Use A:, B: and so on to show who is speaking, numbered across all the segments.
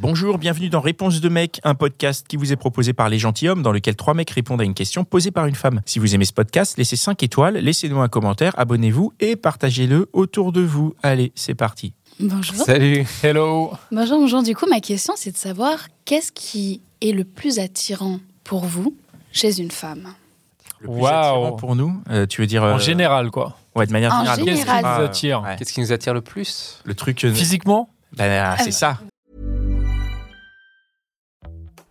A: Bonjour, bienvenue dans Réponse de mec, un podcast qui vous est proposé par les gentilshommes dans lequel trois mecs répondent à une question posée par une femme. Si vous aimez ce podcast, laissez 5 étoiles, laissez-nous un commentaire, abonnez-vous et partagez-le autour de vous. Allez, c'est parti.
B: Bonjour.
C: Salut, hello.
B: Bonjour, bonjour. Du coup, ma question, c'est de savoir qu'est-ce qui est le plus attirant pour vous chez une femme
A: Le plus
C: Wow.
A: attirant pour nous, euh, tu veux dire euh,
D: En général, quoi.
A: Ouais, de manière
B: En
A: générale.
B: général.
D: Qu'est-ce qui
A: Ah,
D: vous attire
A: ouais.
C: Qu'est-ce qui nous attire le plus
A: Le truc, euh,
D: Physiquement
A: bah, c'est ça.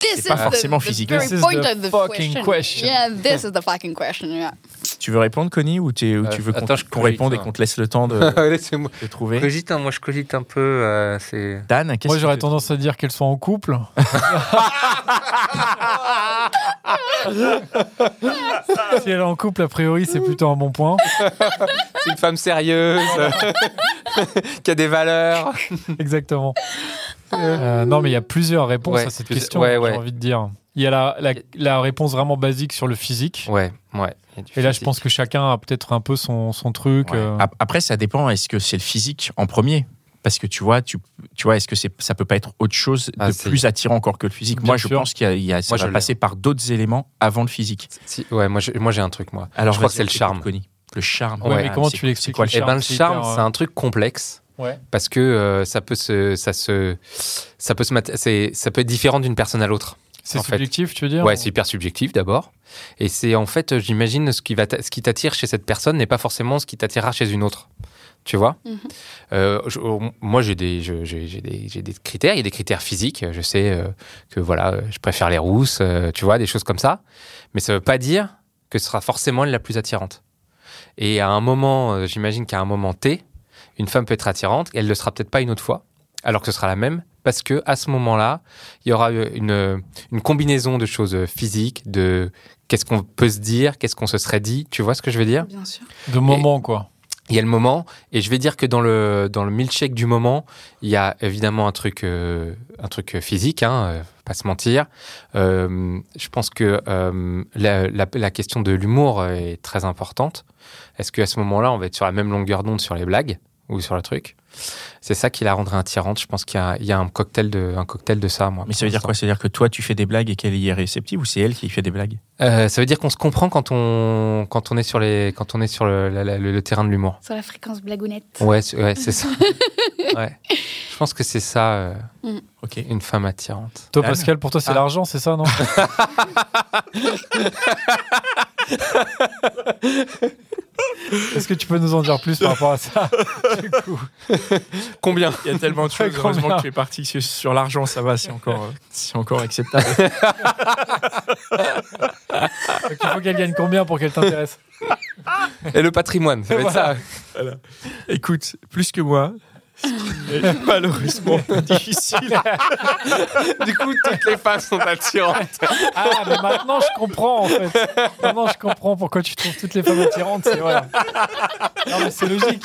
B: This
A: pas forcément physique.
D: This is the fucking question.
B: Yeah, this is the fucking question. yeah.
A: Tu veux répondre, Connie, ou, t'es- ou
C: Euh,
A: tu veux qu'on
C: attends, je
A: qu'on
C: cogite,
A: réponde et
C: hein.
A: qu'on te laisse le temps de,
C: Laissez-moi.
A: de trouver
C: Cogite, hein, moi je cogite un peu. euh, c'est...
A: Dan, qu'est-ce
D: Moi,
A: que
D: j'aurais
A: tu-
D: tendance à dire qu'elles sont en couple. si elle est en couple, a priori, c'est plutôt un bon point.
C: c'est une femme sérieuse, qui a des valeurs.
D: Exactement. Euh, non, mais il y a plusieurs réponses
C: Ouais,
D: à cette
C: plus-
D: question,
C: ouais, ouais.
D: j'ai envie de dire. Il y a la, la- la réponse vraiment basique sur le physique.
C: Ouais, ouais. il y a du
D: Et là, je
C: physique.
D: pense que chacun a peut-être un peu son, son truc.
A: Ouais.
D: euh,
A: Ap- Après, ça dépend. Est-ce que c'est le physique en premier Parce que tu vois, tu, tu vois, est-ce que c'est, ça peut pas être autre chose
C: Ah,
A: de
C: c'est-
A: plus attirant encore que le physique
D: Bien
A: Moi, je
D: sûr.
A: pense qu'il y a, il y a- ça
C: Moi, je
A: va
C: l'ai.
A: passer par d'autres éléments avant le physique.
C: Si- ouais, moi, je- moi j'ai un truc, moi.
A: Alors,
C: je crois
A: vas-y,
C: que c'est le
A: écoute,
C: charme.
A: Connie. Le charme.
D: Ouais, mais
A: Ah,
D: comment
A: c'est-
D: tu
A: C'est
D: l'expliques,
A: quoi le
D: le
C: Eh
A: charme
C: ben, le
D: c'est
C: charme,
D: hyper,
C: c'est un truc complexe.
D: ouais.
C: Parce que euh, ça peut se, ça se, ça peut se, mat- c'est- ça peut être différent d'une personne à l'autre.
A: euh,
D: C'est
C: en fait.
D: subjectif, tu veux dire
C: Ouais, c'est hyper subjectif d'abord. Et c'est en fait, euh, j'imagine, ce qui, va t'a- ce qui t'attire chez cette personne n'est pas forcément ce qui t'attirera chez une autre. Tu vois
B: Mhm.
C: Euh, je- euh, Moi, j'ai des, je- j'ai, j'ai des, j'ai des critères. Il y a des critères physiques. Je sais euh, que voilà, euh, je préfère les rousses, euh, tu vois, des choses comme ça. Mais ça ne veut pas dire que ce sera forcément la plus attirante. Et à un moment, euh, j'imagine qu'à un moment T, une femme peut être attirante, elle ne le sera peut-être pas une autre fois, alors que ce sera la même, parce que à ce moment-là, il y aura euh, une, euh, une combinaison de choses euh, physiques, de qu'est-ce qu'on peut se dire, qu'est-ce qu'on se serait dit, tu vois ce que je veux dire
B: Bien sûr.
D: De moment, quoi.
C: Il y a le moment, et je vais dire que dans le, dans le milkshake du moment, il y a évidemment un truc, euh, un truc physique, hein, euh, faut pas se mentir. Euh, je pense que euh, la, la- la question de l'humour est très importante. Est-ce qu'à ce moment-là, on va être sur la même longueur d'onde sur les blagues ou sur le truc C'est ça qui la rendrait attirante. Je pense qu'il y a, il y a un, cocktail de, un cocktail de ça, moi.
A: Mais ça
C: pour
A: veut dire
C: l'instant.
A: quoi Ça veut dire que toi, tu fais des blagues et qu'elle y est réceptive ou c'est elle qui fait des blagues
C: Euh, ça veut dire qu'on se comprend quand on, quand on est sur, les, quand on est sur le, la- la- le- le terrain de l'humour.
B: Sur la fréquence blagounette.
C: Ouais, c'est ouais, c'est ça. ouais. Je pense que c'est ça, euh,
A: Ok.
C: une femme attirante.
D: Toi,
A: Dan
D: Pascal, pour toi, c'est
A: Ah.
D: l'argent, c'est ça, non Est-ce que tu peux nous en dire plus par rapport à ça du coup
C: Combien
A: Il y a tellement de choses.
D: Combien
A: Heureusement que tu es parti sur- sur l'argent, ça va, c'est encore, euh, c'est encore acceptable.
D: Donc, Il faut qu'elle gagne combien pour qu'elle t'intéresse
C: Et le patrimoine, ça va être ça.
A: Écoute, plus que moi. ce qui est Malheureusement, difficile.
C: Du coup, toutes les femmes sont attirantes.
D: Ah, mais maintenant, je comprends, en fait. Maintenant, je comprends pourquoi tu trouves toutes les femmes attirantes, c'est vrai. Non, mais c'est logique.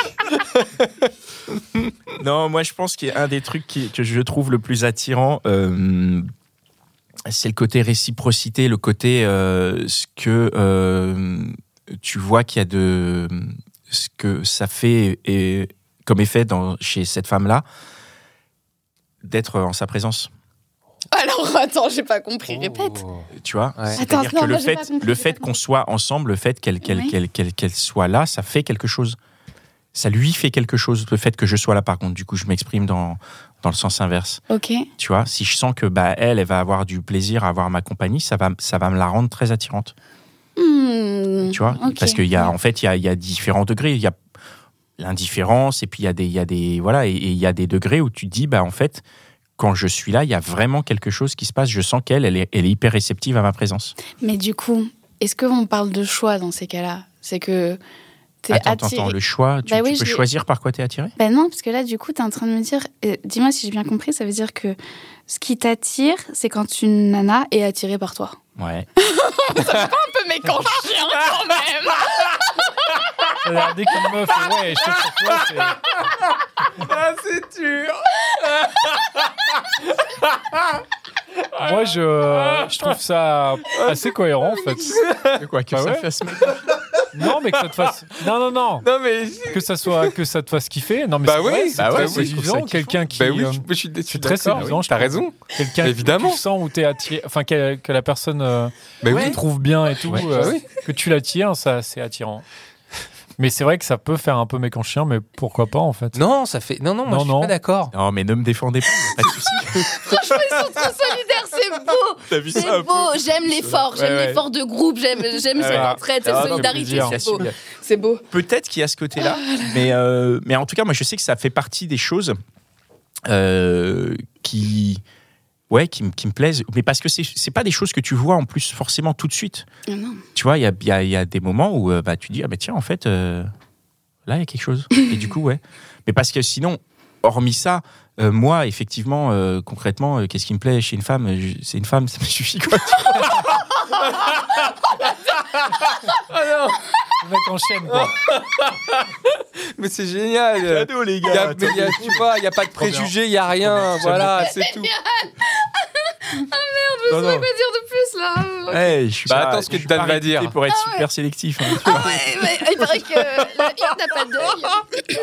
A: Non, moi je pense qu'il y a un des trucs qui- que je trouve le plus attirant, euh, c'est le côté réciprocité, le côté euh, ce que euh, tu vois qu'il y a de ce que ça fait et, comme effet dans, chez cette femme-là d'être en sa présence.
B: Alors, attends, j'ai pas
A: Oh.
B: compris. Répète.
C: Oh.
A: Tu vois
C: Ouais.
B: Attends,
A: C'est-à-dire
B: non,
A: que le
B: moi, j'ai
A: fait,
B: pas compris,
A: le
B: j'ai
A: fait
B: pas
A: qu'on soit ensemble, le fait qu'elle qu'elle
B: Oui.
A: qu'elle- qu'elle- qu'elle soit là, ça fait quelque chose. Ça lui fait quelque chose, le fait que je sois là, par contre. Du coup, je m'exprime dans, dans le sens inverse.
B: Ok.
A: Tu vois, si je sens que bah, elle, elle va avoir du plaisir à avoir ma compagnie, ça va, ça va me la rendre très attirante.
B: Hmm,
A: Tu vois
B: ok.
A: Parce qu'il y a, en fait, il y a, il y a différents degrés. Il y a l'indifférence et puis il y a des, il y a des, voilà, et, et il y a des degrés où tu te dis, bah, en fait, quand je suis là, il y a vraiment quelque chose qui se passe. Je sens qu'elle, elle est, elle est hyper réceptive à ma présence.
B: Mais du coup, est-ce qu'on parle de choix dans ces cas-là C'est que t'es
A: Attends, attends,
B: attiré.
A: attends, le choix, tu,
B: Bah
A: tu
B: oui,
A: peux
B: je l'ai-
A: choisir par quoi t'es attiré
B: Ben non, parce que là, du coup, tu es en train de me dire, euh, dis-moi si j'ai bien compris, ça veut dire que ce qui t'attire, c'est quand une nana est attirée par toi.
A: Ouais.
B: Un peu mais quand chien, quand même
D: Alors, dès qu'une meuf, est, ouais, je sais sur toi, c'est.
C: Ah, c'est dur Ah,
D: Moi, je, je trouve ça assez cohérent, en fait.
A: Quoi que
D: Bah
A: ça
D: ouais.
A: fasse mal.
D: Non, mais que ça te fasse. Non, non, non.
C: Non, mais.
D: Que ça soit, que ça te fasse kiffer. Non, mais
C: Bah
D: c'est
C: oui,
D: vrai, c'est
C: bah
D: très
C: ouais, oui, je trouve
D: séduisant.
A: ça
D: Quelqu'un qui.
C: Bah oui,
D: euh,
C: je, je suis déçu.
D: très
C: d'accord.
D: séduisant, je
C: T'as
D: trouve.
C: raison.
D: quelqu'un
C: Évidemment.
D: que tu sens ou t'es attiré, enfin que, que la personne euh,
C: Bah
D: te
C: oui. Bah
D: trouve bien et tout,
A: Ouais.
D: euh,
C: Oui.
D: que tu l'attires, ça c'est attirant. Mais c'est vrai que ça peut faire un peu mec en chien, mais pourquoi pas en fait.
C: Non, ça fait. Non, non, moi,
D: Non,
C: je suis
D: non.
C: pas d'accord.
A: Non, mais ne me défendez pas, y a pas de souci.
B: Franchement, ils sont trop solidaires, c'est beau
A: T'as vu
B: C'est beau, j'aime l'effort, j'aime
C: Ouais, ouais.
B: l'effort de groupe, j'aime j'aime
C: Ouais.
B: cette entraide, cette
D: Ah, non,
B: solidarité,
D: plaisir.
B: c'est beau. C'est beau.
A: Peut-être qu'il y a ce
B: Ah
A: côté-là, mais, euh, mais en tout cas, moi, je sais que ça fait partie des choses euh, qui, ouais, qui, me- qui me plaisent, mais parce que c'est c'est pas des choses que tu vois en plus forcément tout de suite.
B: Ah non.
A: Tu vois, il y a, il y a- il y a des moments où euh, bah, tu dis, ah bah tiens, en fait, euh, là, il y a quelque chose. Et du coup, ouais. Mais parce que sinon, hormis ça, euh, moi, effectivement, euh, concrètement, euh, qu'est-ce qui me plaît chez une femme Je- C'est une femme, ça me suffit, quoi.
D: Mec en chaîne, quoi.
C: Mais c'est génial.
A: les
C: Y a- mais y a- tu vois, il n'y a pas de
D: Trop bien.
C: préjugés, il n'y a rien. Voilà, c'est tout.
D: Non, non.
B: Quoi dire de plus là
A: Ouais, je suis
C: Bah,
A: pas-
C: attends ce que
A: je suis
C: Dan
A: pas
C: va
A: réputé
C: dire.
A: Pour
B: Ah
A: être super sélectif. hein, tu vois.
B: Eh Ouais, mais il paraît que la une n'a pas d'œil.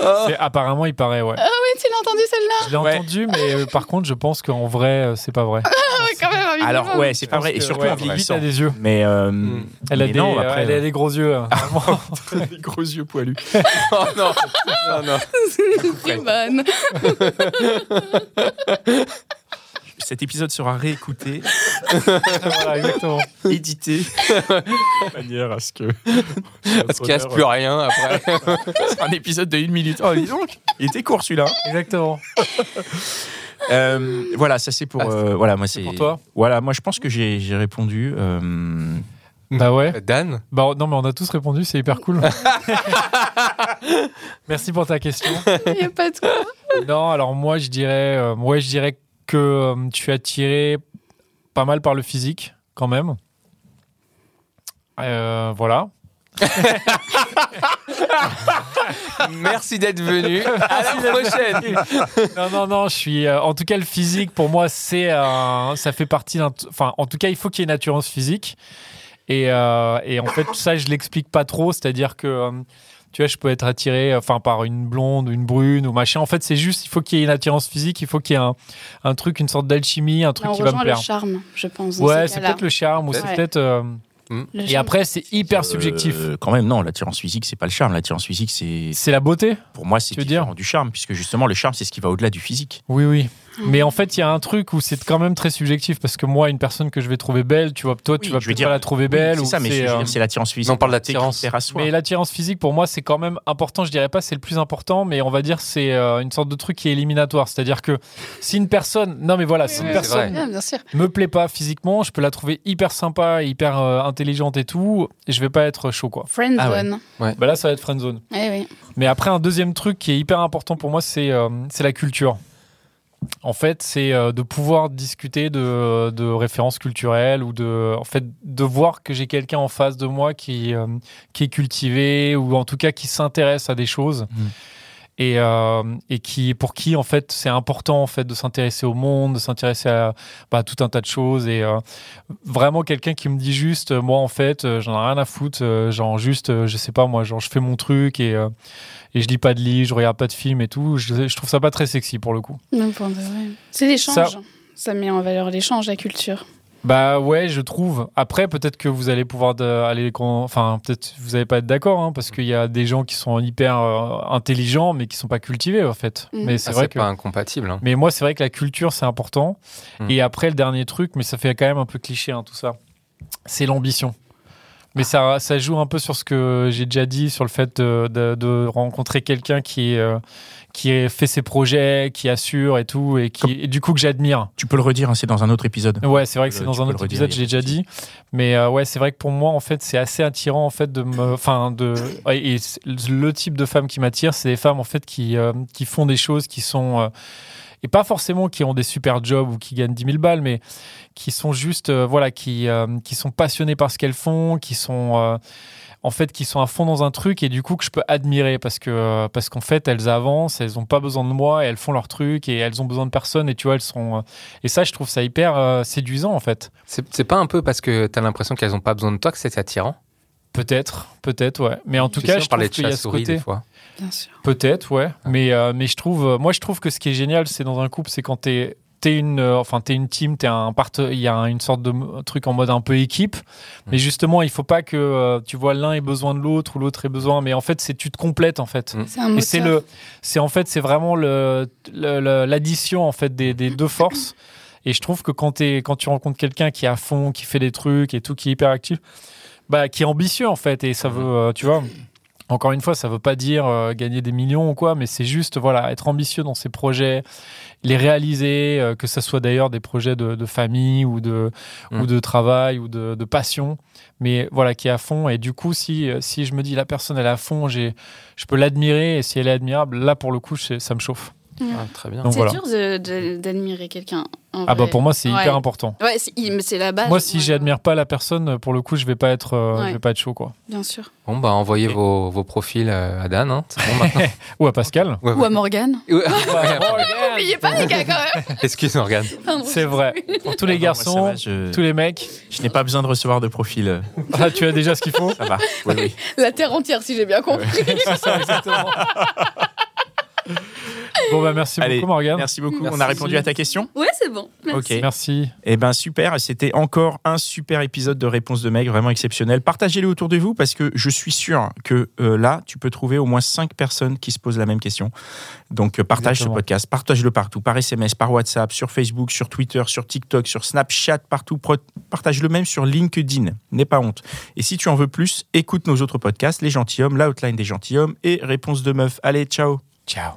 B: Ah
D: C'est- apparemment il paraît ouais.
B: oui, tu l'as entendu celle-là
D: Je l'ai
A: Ouais.
D: entendu, mais euh, par contre je pense qu'en vrai euh, c'est pas vrai.
B: Ah ouais, quand même, un minimum.
A: Alors ouais, c'est pas vrai. Et surtout
D: ouais,
A: en
D: en
A: vieillissant.
D: vieillissant. Elle a des yeux.
A: Mais, euh,
D: Elle a,
A: mais
D: des,
A: non, après, euh,
D: elle a des gros yeux. hein. Vraiment.
A: des gros yeux poilus.
C: Oh non, non, non.
B: C'est bonne.
A: Cet épisode sera réécouté,
D: voilà, exactement.
A: édité, de manière à ce que
C: Parce qu'il reste plus rien après.
A: un épisode de une minute. Oh dis donc, il était court celui-là.
D: Exactement.
A: Euh, voilà, ça c'est pour
C: Ah,
A: euh, voilà moi c'est
D: pour toi.
A: Voilà, moi je pense que j'ai j'ai répondu. euh,
D: Bah ouais.
C: Dan
D: Bah, non, mais on a tous répondu, c'est hyper cool. Merci pour ta question.
B: Il n'y a pas de quoi.
D: Non, alors moi je dirais, euh, ouais, je dirais que euh, tu es attiré pas mal par le physique quand même. Euh, voilà.
C: Merci d'être venu. À la prochaine.
D: Non, non, non, je suis. euh, en tout cas, le physique pour moi, c'est, un- ça fait partie d'un. Enfin, en tout cas, il faut qu'il y ait une attirance physique. Et, euh, et en fait, ça, je l'explique pas trop. C'est-à-dire que, euh, tu vois, je peux être attiré euh, enfin, par une blonde, une brune ou machin. En fait, c'est juste, il faut qu'il y ait une attirance physique, il faut qu'il y ait un, un truc, une sorte d'alchimie, un truc
B: On
D: qui va me
B: rejoint le
D: plaire.
B: charme, je pense. dans
D: Ouais,
B: ces
D: c'est
B: cas-là.
D: peut-être le charme ou c'est
B: Ouais.
D: peut-être. euh,
B: Le
D: Et
B: charme.
D: après, c'est hyper subjectif.
A: euh, quand même, non, l'attirance physique c'est pas le charme. L'attirance physique c'est
D: C'est la beauté
A: pour moi c'est
D: Tu veux
A: différent
D: dire
A: du charme puisque justement le charme c'est ce qui va au-delà du physique.
D: Oui, oui.
A: Mm.
D: Mais en fait, il y a un truc où c'est quand même très subjectif parce que moi, une personne que je vais trouver belle, tu vois, toi,
A: Oui,
D: tu vas
A: je veux
D: peut-être
A: dire-
D: pas la trouver
A: Oui,
D: belle.
A: c'est
D: ou
A: ça, mais je veux
D: c'est, euh,
A: dire, c'est l'attirance physique.
C: on parle
A: Tes
C: d'attirance.
A: critères à soi.
D: mais l'attirance physique, pour moi, c'est quand même important. Je dirais pas c'est le plus important, mais on va dire c'est euh, une sorte de truc qui est éliminatoire. C'est-à-dire que si une personne, non mais voilà, si une
C: oui, c'est
D: personne
C: vrai.
B: Ouais, bien sûr.
D: me plaît pas physiquement, je peux la trouver hyper sympa, hyper euh, intelligente et tout, et je vais pas être chaud quoi.
A: Ah ouais.
B: Friendzone.
D: Bah là, ça va être friendzone.
B: Eh oui.
D: Mais après, un deuxième truc qui est hyper important pour moi, c'est euh, c'est la culture. En fait, c'est euh, de pouvoir discuter de, de références culturelles ou de, en fait, de voir que j'ai quelqu'un en face de moi qui, euh, qui est cultivé ou en tout cas qui s'intéresse à des choses
A: Mhm.
D: et, euh, et qui, pour qui en fait c'est important en fait de s'intéresser au monde, de s'intéresser à bah, tout un tas de choses et euh, vraiment quelqu'un qui me dit juste euh, moi en fait euh, j'en ai rien à foutre, euh, genre juste euh, je sais pas moi genre je fais mon truc et, euh, et je lis pas de livres, je regarde pas de films et tout, je, je trouve ça pas très sexy pour le coup.
B: Non, pour de vrai. C'est l'échange.
D: Ça-
B: Ça... met en valeur l'échange, la culture.
D: Bah ouais, je trouve. Après, peut-être que vous allez pouvoir de- aller, con- enfin, peut-être vous n'allez pas être d'accord, hein, parce qu'il y a des gens qui sont hyper euh, intelligents, mais qui sont pas cultivés en fait.
B: Mhm.
D: Mais
C: Ah, C'est
D: c'est vrai que.
C: pas incompatible. hein.
D: Mais moi, c'est vrai que la culture, c'est important.
C: Mhm.
D: Et après, le dernier truc, mais ça fait quand même un peu cliché hein, tout ça. C'est l'ambition. Mais ça, ça joue un peu sur ce que j'ai déjà dit, sur le fait de, de- de rencontrer quelqu'un qui, euh, qui fait ses projets, qui assure et tout, et, qui,
A: Comme-
D: et du coup que j'admire.
A: Tu peux le redire, hein, c'est dans un autre épisode.
D: Ouais, c'est vrai que
A: Tu
D: c'est
A: peux
D: dans
A: le- Euh, tu
D: un
A: peux
D: autre
A: le redire,
D: épisode,
A: il y a
D: j'ai
A: pas
D: déjà
A: de
D: dit. Mais euh, ouais, c'est vrai que pour moi, en fait, c'est assez attirant, en fait, de me. Enfin, de. ouais, Et c'est- le type de femmes qui m'attirent, c'est des femmes, en fait, qui, euh, qui font des choses qui sont. euh, et pas forcément qui ont des super jobs ou qui gagnent 10 000 balles, mais qui sont juste. euh, voilà, qui, euh, qui sont passionnées par ce qu'elles font, qui sont. euh, en fait, qui sont à fond dans un truc et du coup que je peux admirer parce que euh, parce qu'en fait elles avancent, elles ont pas besoin de moi, et elles font leur truc et elles ont besoin de personne et tu vois elles sont euh, et ça je trouve ça hyper euh, séduisant en fait.
C: C'est c'est pas un peu parce que t'as l'impression qu'elles ont pas besoin de toi que c'est attirant
D: Peut-être, peut-être, ouais. Mais en tout
C: Tu
D: cas,
C: sais, on
D: je
C: parlait
D: trouve
C: de
D: qu'il y a ce
C: chat-souris des
D: côté.
C: fois.
B: bien sûr.
D: Peut-être, ouais. Mais, euh, mais je trouve, euh, moi, je trouve que ce qui est génial, c'est dans un couple, c'est quand t'es es une, euh, enfin, t'es une team, t'es un parte- il y a un- une sorte de m- truc en mode un peu équipe.
C: Mm.
D: Mais justement, il faut pas que, euh, tu vois, l'un ait besoin de l'autre ou l'autre ait besoin. Mais en fait, c'est tu te complètes, en fait.
B: C'est un
D: Et
B: moteur.
D: c'est le, c'est en fait, c'est vraiment le, le- le- l'addition en fait des, des deux forces. Et je trouve que quand t'es, quand tu rencontres quelqu'un qui est à fond, qui fait des trucs et tout, qui est hyper actif, bah, qui est ambitieux en fait, et ça veut, euh, tu vois. Encore une fois, ça veut pas dire euh, gagner des millions ou quoi, mais c'est juste voilà être ambitieux dans ses projets, les réaliser, euh, que ce soit d'ailleurs des projets de, de famille ou de,
C: Mm.
D: ou de travail ou de, de passion, mais voilà qui est à fond. Et du coup, si, euh, si je me dis la personne elle est à fond, j'ai, je peux l'admirer et si elle est admirable, là pour le coup, je- ça me chauffe.
C: Ah, très bien.
D: Donc
B: C'est
D: voilà.
B: dur de- de- d'admirer quelqu'un. en
D: Ah bah
B: vrai.
D: pour moi, c'est
B: Ouais.
D: hyper important.
B: Ouais, c'est il- mais c'est la base.
D: Moi, si
B: Ouais,
D: j'admire pas la personne, pour le coup, je vais pas être, euh,
B: Ouais.
D: je vais pas être chaud quoi.
B: Bien sûr.
C: Bon, bah envoyez vos, vos profils euh, à Dan, hein. c'est bon maintenant.
D: Ou à Pascal.
C: Ouais,
B: Ou à Morgane.
C: ouais. Ouais,
B: N'oubliez pas les gars quand
C: Excuse, moi regarde.
B: même.
D: C'est vrai. Pour tous les
A: Ah non, moi, ça
D: garçons,
A: va, je,
D: tous les mecs.
A: je n'ai pas besoin de recevoir de profil. euh,
D: Ah, tu as déjà ce qu'il faut.
A: Ça va. Oui, oui.
B: La terre entière, si j'ai bien compris.
D: Bon bah merci
A: Allez,
D: beaucoup Morgane.
A: Merci beaucoup. On a
C: Merci.
A: répondu à ta question.
B: Ouais, c'est bon. Merci.
A: Ok.
D: Merci.
A: Eh ben super, c'était encore un super épisode de Réponse de Meg, vraiment exceptionnel. Partagez-le autour de vous parce que je suis sûr que euh, là, tu peux trouver au moins 5 personnes qui se posent la même question. Donc euh, partage
D: Exactement.
A: ce podcast, partage-le partout, par SMS, par WhatsApp, sur Facebook, sur Twitter, sur TikTok, sur Snapchat, partout. Pro- Partage-le même sur LinkedIn, n'aie pas honte. Et si tu en veux plus, écoute nos autres podcasts, Les Gentilhommes, La Outline des Gentilhommes et Réponse de Meuf. Allez, ciao
C: Ciao.